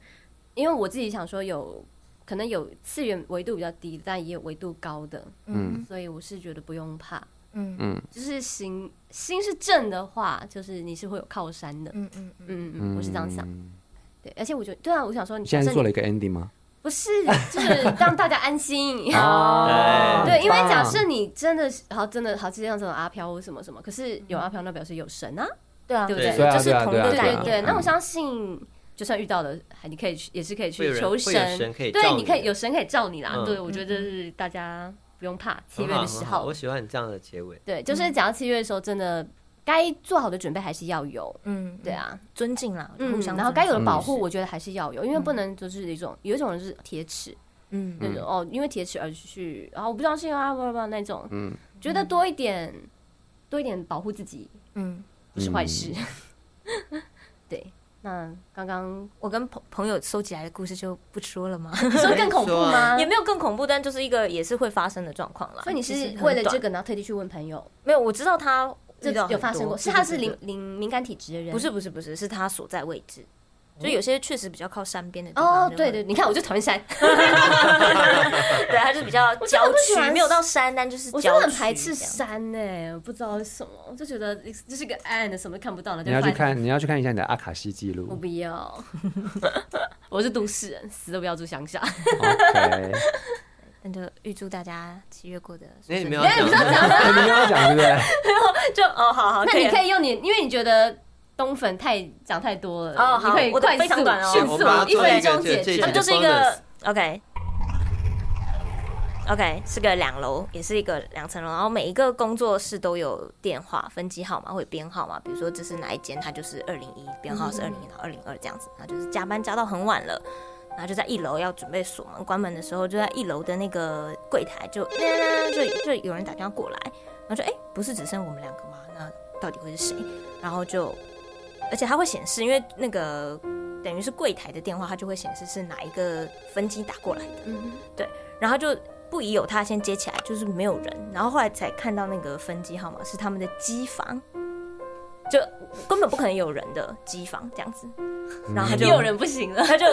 Speaker 3: 因为我自己想说有。可能有次元维度比较低，但也有维度高的，
Speaker 2: 嗯
Speaker 3: 所以我是觉得不用怕。
Speaker 5: 嗯嗯
Speaker 2: 嗯，
Speaker 3: 就是心心是正的话，就是你是会有靠山的。
Speaker 5: 嗯嗯嗯，
Speaker 3: 嗯嗯，我是这样想。
Speaker 2: 嗯
Speaker 3: 对，而且我觉得，对啊，我想说你，
Speaker 2: 你现在
Speaker 3: 假
Speaker 2: 是
Speaker 3: 设
Speaker 2: 做
Speaker 3: 你
Speaker 2: 了一个 ending 吗？
Speaker 3: 不是，就是让大家安心。
Speaker 2: 哦
Speaker 3: 对，因为
Speaker 2: 很
Speaker 3: 假
Speaker 2: 棒
Speaker 3: 设你真的是好，真的好，就像这种阿飘或什么什么，可是有阿飘，那表示有神啊，
Speaker 5: 对啊，
Speaker 3: 对不
Speaker 5: 就
Speaker 3: 对
Speaker 5: 是
Speaker 3: 对
Speaker 2: 啊
Speaker 5: 就是
Speaker 2: 对啊
Speaker 5: 同
Speaker 2: 对啊
Speaker 5: 的
Speaker 3: 对
Speaker 5: 概
Speaker 3: 对
Speaker 5: 念。
Speaker 3: 对。
Speaker 2: 嗯
Speaker 3: 那我相信，就算遇到了，还你可以去，也是可以
Speaker 1: 会有人
Speaker 3: 去求
Speaker 1: 会有神可以
Speaker 3: 对，
Speaker 1: 照
Speaker 3: 你
Speaker 1: 你
Speaker 3: 可以有神可以照你啦。
Speaker 1: 嗯
Speaker 3: 对，我觉得就是大家不用怕，七
Speaker 1: 很
Speaker 3: 月
Speaker 1: 好
Speaker 3: 的
Speaker 1: 很
Speaker 3: 时
Speaker 1: 好
Speaker 3: 候
Speaker 1: 我，喜嗯欢你这样的结尾。
Speaker 3: 对，就是讲到七月的时候，真的该做好的准备还是要有。
Speaker 5: 嗯，
Speaker 3: 对，啊，
Speaker 5: 尊敬啦，
Speaker 3: 嗯
Speaker 5: 互，相，
Speaker 3: 然后该有的
Speaker 2: 嗯
Speaker 3: 保护，，我觉得还是要有，因为
Speaker 1: 嗯
Speaker 3: 不能就是一种有一种人是铁齿，
Speaker 5: 嗯
Speaker 3: 那种、哦，因为铁齿而去啊，我不相信啊，不不不那种，
Speaker 2: 嗯
Speaker 3: 觉得多一点，多一点保护自己
Speaker 5: 嗯，
Speaker 3: 不是坏事。
Speaker 2: 嗯
Speaker 3: 对，那刚刚
Speaker 5: 我跟朋朋友收集来的故事就不说了嘛，
Speaker 3: 你说更恐怖吗？
Speaker 5: 也没有更恐怖，但就是一个也是会发生的状况啦。
Speaker 3: 所以你
Speaker 5: 就是很
Speaker 3: 为了这
Speaker 5: 短
Speaker 3: 个，然后特地去问朋友，
Speaker 5: 没有？我知道他
Speaker 3: 这
Speaker 5: 遇到很
Speaker 3: 有发生
Speaker 5: 多
Speaker 3: 过，是
Speaker 5: 对
Speaker 3: 他
Speaker 5: 对
Speaker 3: 是
Speaker 5: 对
Speaker 3: 灵灵敏感体质的人，
Speaker 5: 不是不是不是，是他所在位置。就有些确实比较靠山边的地方
Speaker 3: 哦，对 对，，你看我就讨厌山，
Speaker 5: 对，他就比较
Speaker 3: 真的
Speaker 5: 郊
Speaker 3: 不喜
Speaker 5: 区，
Speaker 3: 欢
Speaker 5: 没有到山，但就是
Speaker 3: 我真的
Speaker 5: 郊
Speaker 3: 很
Speaker 5: 区
Speaker 3: 排斥
Speaker 5: 这样
Speaker 3: 山呢、我不知道为什么，我就觉得这是个暗的，什么都看不到了，
Speaker 2: 你要去
Speaker 3: 就翻
Speaker 2: 看，你要去看一下你的阿卡西记
Speaker 3: 我
Speaker 2: 录。
Speaker 3: 不要， 我是都市人，死都不要住乡下。
Speaker 2: OK，
Speaker 5: 那就预祝大家七月过得
Speaker 1: 那你
Speaker 5: 顺
Speaker 1: 没
Speaker 5: 利
Speaker 1: 有要讲吗，
Speaker 2: 哎你们要讲对不对？
Speaker 5: 就哦，好好，
Speaker 3: 那你可
Speaker 5: 以
Speaker 3: 以用你，因为你觉得东粉太讲太多了，
Speaker 5: 哦
Speaker 3: 你
Speaker 5: 好
Speaker 3: 可以
Speaker 5: 我的
Speaker 3: 快
Speaker 5: 非
Speaker 3: 速
Speaker 5: 常短哦
Speaker 3: 迅
Speaker 1: 我
Speaker 3: 速
Speaker 1: 把它
Speaker 3: 一
Speaker 1: 做一个
Speaker 3: 分钟
Speaker 1: 这
Speaker 3: 解
Speaker 1: 这
Speaker 3: 决
Speaker 5: 他们。
Speaker 1: 这
Speaker 5: 就是一个 OK。OK，是个两楼，也是一个两层楼，然后每一个工作室都有电话分机号码或者编号嘛，比如说这是哪一间，它就是二零一，编号是二零一，然后二零二这样子，然后就是加班加到很晚了，然后就在一楼要准备锁门关门的时候，就在一楼的那个柜台就就就有人打电话过来，然后说哎、不是只剩我们两个吗？那到底会是谁？然后就而且它会显示，因为那个等于是柜台的电话，它就会显示是哪一个分机打过来的。
Speaker 3: 嗯，
Speaker 5: 然后就不疑有他，先接起来，就是没有人。然后后来才看到那个分机号码是他们的机房，就根本不可能有人的机房这样子。然后他就
Speaker 3: 嗯又有人不行了，
Speaker 5: 他就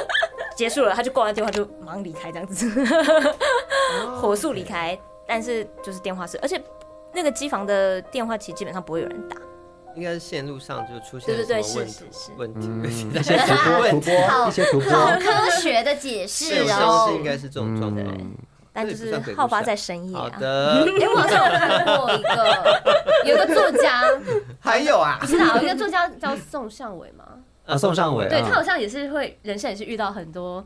Speaker 5: 结束了，他就挂完电话就忙离开这 样子，火速离开。但是就是电话是，而且那个机房的电话其实基本上不会有人打。
Speaker 1: 应该是线路上就出现
Speaker 5: 对对
Speaker 1: 了
Speaker 5: 对，
Speaker 1: 什么
Speaker 5: 是
Speaker 1: 问题
Speaker 5: 是是。
Speaker 1: 问题
Speaker 2: 嗯，
Speaker 1: 那
Speaker 2: 一
Speaker 1: 些
Speaker 2: 些
Speaker 1: 突
Speaker 2: 突
Speaker 1: 破
Speaker 2: 破突破，一些突
Speaker 3: 好
Speaker 2: 破，
Speaker 3: 科学的解释
Speaker 1: 有时候
Speaker 3: 哦
Speaker 1: 是。应该是这种状态。
Speaker 2: 嗯
Speaker 5: 但
Speaker 1: 这
Speaker 5: 就
Speaker 1: 也不
Speaker 5: 是
Speaker 1: 算鬼故
Speaker 5: 好发
Speaker 1: 事啊
Speaker 5: 在深夜
Speaker 1: 好
Speaker 5: 啊，
Speaker 1: 的，
Speaker 3: 哎、我好像有看过一个，有个作家，
Speaker 1: 还有啊
Speaker 3: 不，是啦，有一个作家叫宋尚伟嘛，
Speaker 2: 啊宋尚伟
Speaker 3: 对
Speaker 2: 啊
Speaker 3: 他好像也是会，人生也是遇到很多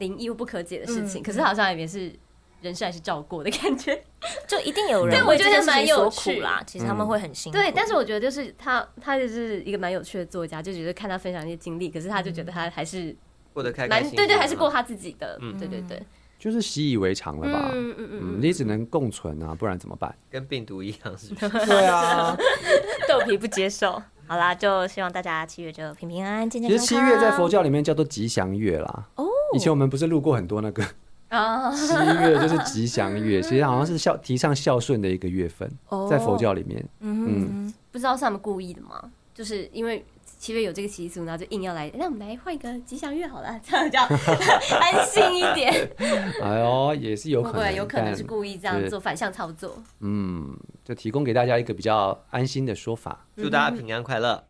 Speaker 3: 灵异又不可解的事情，
Speaker 5: 嗯
Speaker 3: 可是他好像也是人生还是照过的感 觉。
Speaker 5: 就一定有人
Speaker 3: 但我
Speaker 5: 为
Speaker 3: 觉
Speaker 5: 这
Speaker 3: 得
Speaker 5: 件事
Speaker 3: 蛮
Speaker 5: 情所
Speaker 3: 有
Speaker 5: 苦
Speaker 3: 趣
Speaker 5: 啦。其实他们
Speaker 2: 嗯
Speaker 5: 会很辛苦。
Speaker 3: 对，但是我觉得就是他，他就是一个蛮有趣的作家，就觉得看他分享一些经历，可是他就觉得他还是
Speaker 1: 过得开开
Speaker 3: 蛮
Speaker 1: 心心，
Speaker 3: 对对，还是过他自己的，
Speaker 1: 嗯
Speaker 3: 对对对，
Speaker 2: 就是习以为常了吧？
Speaker 3: 嗯嗯
Speaker 2: 嗯，你只能共存啊，不然怎么办？
Speaker 1: 跟病毒一样，是不是？
Speaker 2: 对 啊，
Speaker 5: 豆皮不接受。好啦，就希望大家七月就平平安安、健健
Speaker 2: 其实
Speaker 5: 康康。
Speaker 2: 七月在佛教里面叫做吉祥月啦。哦，以前我们不是录过很多 那个
Speaker 3: 啊，
Speaker 2: 七月就是吉祥月，其实好像是孝提倡孝顺的一个月份，
Speaker 3: 哦
Speaker 2: 在佛教里面，
Speaker 5: 哦嗯
Speaker 3: 不知道是他们故意的吗？就是因为七月有这个习俗，然后就硬要来，那我们来换一个吉祥月好了， 这样比 较安心一点。
Speaker 2: 哎呦，也是有
Speaker 3: 会
Speaker 2: 可
Speaker 3: 不
Speaker 2: 能，
Speaker 3: 会有可能是
Speaker 2: 但
Speaker 3: 故意这样
Speaker 2: 是
Speaker 3: 做反向操 作？
Speaker 2: 嗯，就提供给大家一个比较安心的说法。
Speaker 1: 祝大家平安快乐。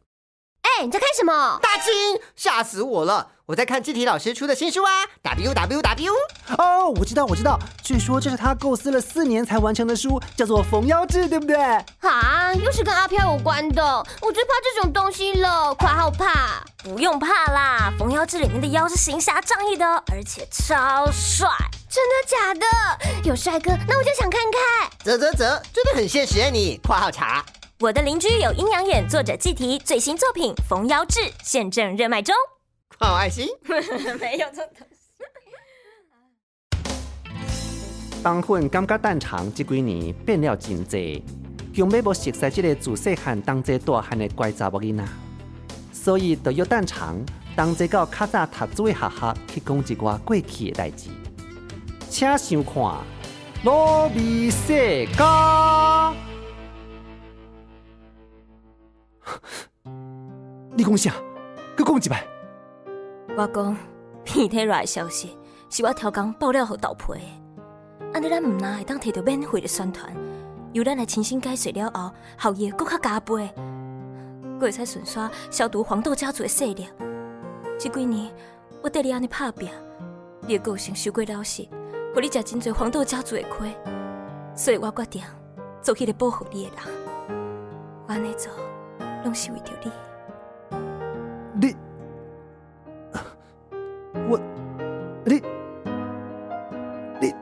Speaker 3: 哎、你在看什么？
Speaker 6: 大金，吓死我了！我在看季体老师出的新书啊，W W W。
Speaker 2: 哦，我知道，我知道，据说这是他构思了四年才完成的书，叫做《缝腰志》，对不对？
Speaker 7: 啊，又是跟阿飘有关的，我最怕这种东西了，快好怕。
Speaker 5: 不用怕啦，嗯《缝妖志》里面的妖是行侠仗义的哦，
Speaker 2: 嗯
Speaker 5: 而且超帅。
Speaker 7: 真的假的？有帅哥，那我就想看看。
Speaker 6: 啧啧啧，真的很现实啊你。括号查。
Speaker 5: 我的邻居有阴阳眼，作者季提最新作品《缝妖志》现正热卖中。
Speaker 6: 括号爱心。
Speaker 5: 没有这个。
Speaker 2: 当混感觉蛋肠这几年变了真济，强要无熟悉这个自细汉当这大汉的乖查某囡仔，所以就约蛋肠同齐到较早读书的学校去讲一寡过去的代志。请收看《罗密世家》。 你讲啥？佮讲一摆。
Speaker 5: 我讲，鼻涕来消息是我超工爆料给豆皮的。安尼咱毋但会当摕到免费的宣传，由咱来亲身解说了后，效益更较加倍，佫会使顺续消毒黄豆家族的势力。这几年我缀你安尼拍拼，你的个性受过老实，互你食真侪黄豆家族的亏，所以我决定做迄个保护你的人。我安尼做，拢是为着你。
Speaker 2: 你，我，你，你，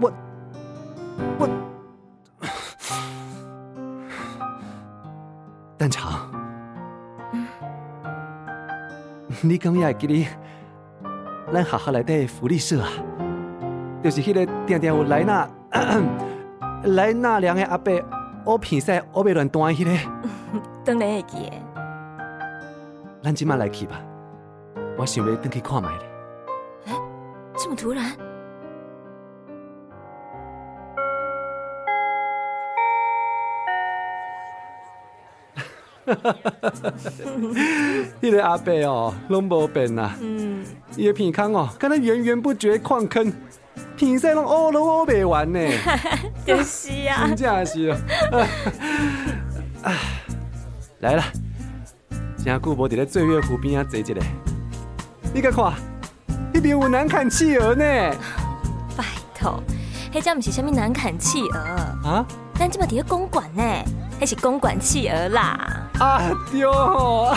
Speaker 2: 我，我，蛋肠，你敢也会记得咱学校内底的福利社啊？就是迄个定定有莱纳莱纳良的阿伯，乌片赛乌白乱弹的迄、个。
Speaker 5: 当然会记的。
Speaker 2: 咱即马来去吧，我想要回去看卖咧。
Speaker 5: 这么突然？
Speaker 2: 迄个阿伯哦，拢无变啊，
Speaker 5: 嗯。
Speaker 2: 伊的鼻孔哦，敢若源源不绝矿坑，鼻屎拢乌都乌袂完呢，
Speaker 5: 就是啊
Speaker 2: 真，正是哦。 唉来啦，真久无伫咧醉月湖边啊坐一下，你甲看，迄边有南坎企鹅呢，
Speaker 5: 拜托，迄只毋是啥物南坎企鹅，
Speaker 2: 啊
Speaker 5: 咱即马伫咧公馆呢，迄是公馆企鹅啦。
Speaker 2: 啊对 哦，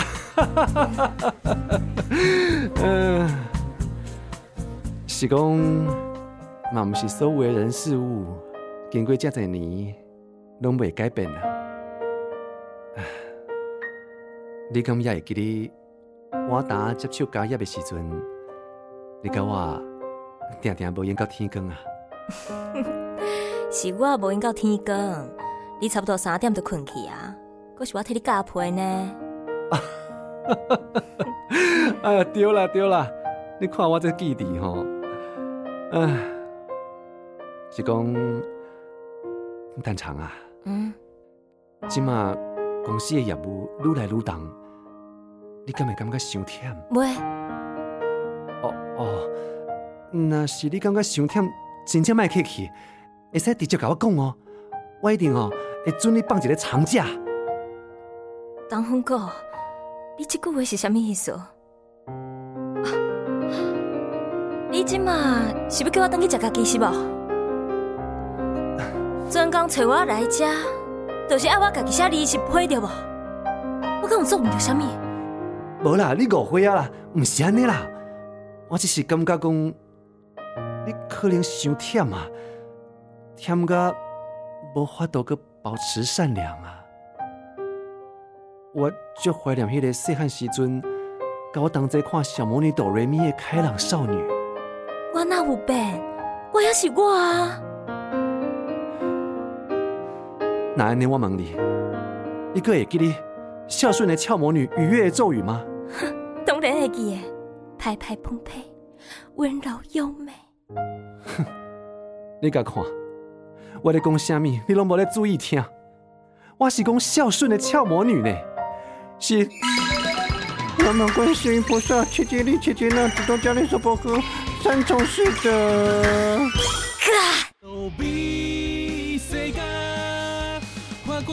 Speaker 2: 嗯、是讲，嘛毋是所有的人事物，经过遮侪年，拢袂改变啊啦。唉你敢也会记得我当接手家业的时阵，你甲我定定无演到天光啊！
Speaker 5: 是我无用到天光，你差不多三点就困去啊，可是我替你加被呢。
Speaker 2: 哎呀，丢啦丢啦！你看我这记忆吼，哎，是讲蛋长啊，
Speaker 5: 嗯，
Speaker 2: 即马公司的业务愈来愈重，你敢会感觉伤忝？
Speaker 5: 喂，
Speaker 2: 哦哦，若是你感觉伤忝，真正莫客气，会使直接甲我讲哦，我一定哦会准你放一个长假。
Speaker 5: 张峰哥，你这句话是啥物意思？啊你即马是要叫我等去食家己是无？专工找我来遮，就是爱我家己写字是配着无？我敢有做毋着啥物？
Speaker 2: 无啦，你误会啊啦，毋是安尼啦，我只是感觉讲，你可能伤忝啊，忝甲无法度去保持善良啊。我足怀念迄个细汉时阵，甲我同齐看《小魔女哆瑞咪》的开朗少女，
Speaker 5: 我哪有变？我也是我啊！
Speaker 2: 那安尼我问你，你个会记得孝顺的俏魔女愉悦的咒语吗？
Speaker 5: 当然会记诶，拍拍碰拍，温柔优美。
Speaker 2: 你甲看，我咧讲啥物，你拢无咧注意听。我是讲孝顺的俏魔女呢，是
Speaker 8: 我们观世音菩萨，切切利切切那，只动加利娑婆诃，三从四德。
Speaker 9: 逃避世界，看开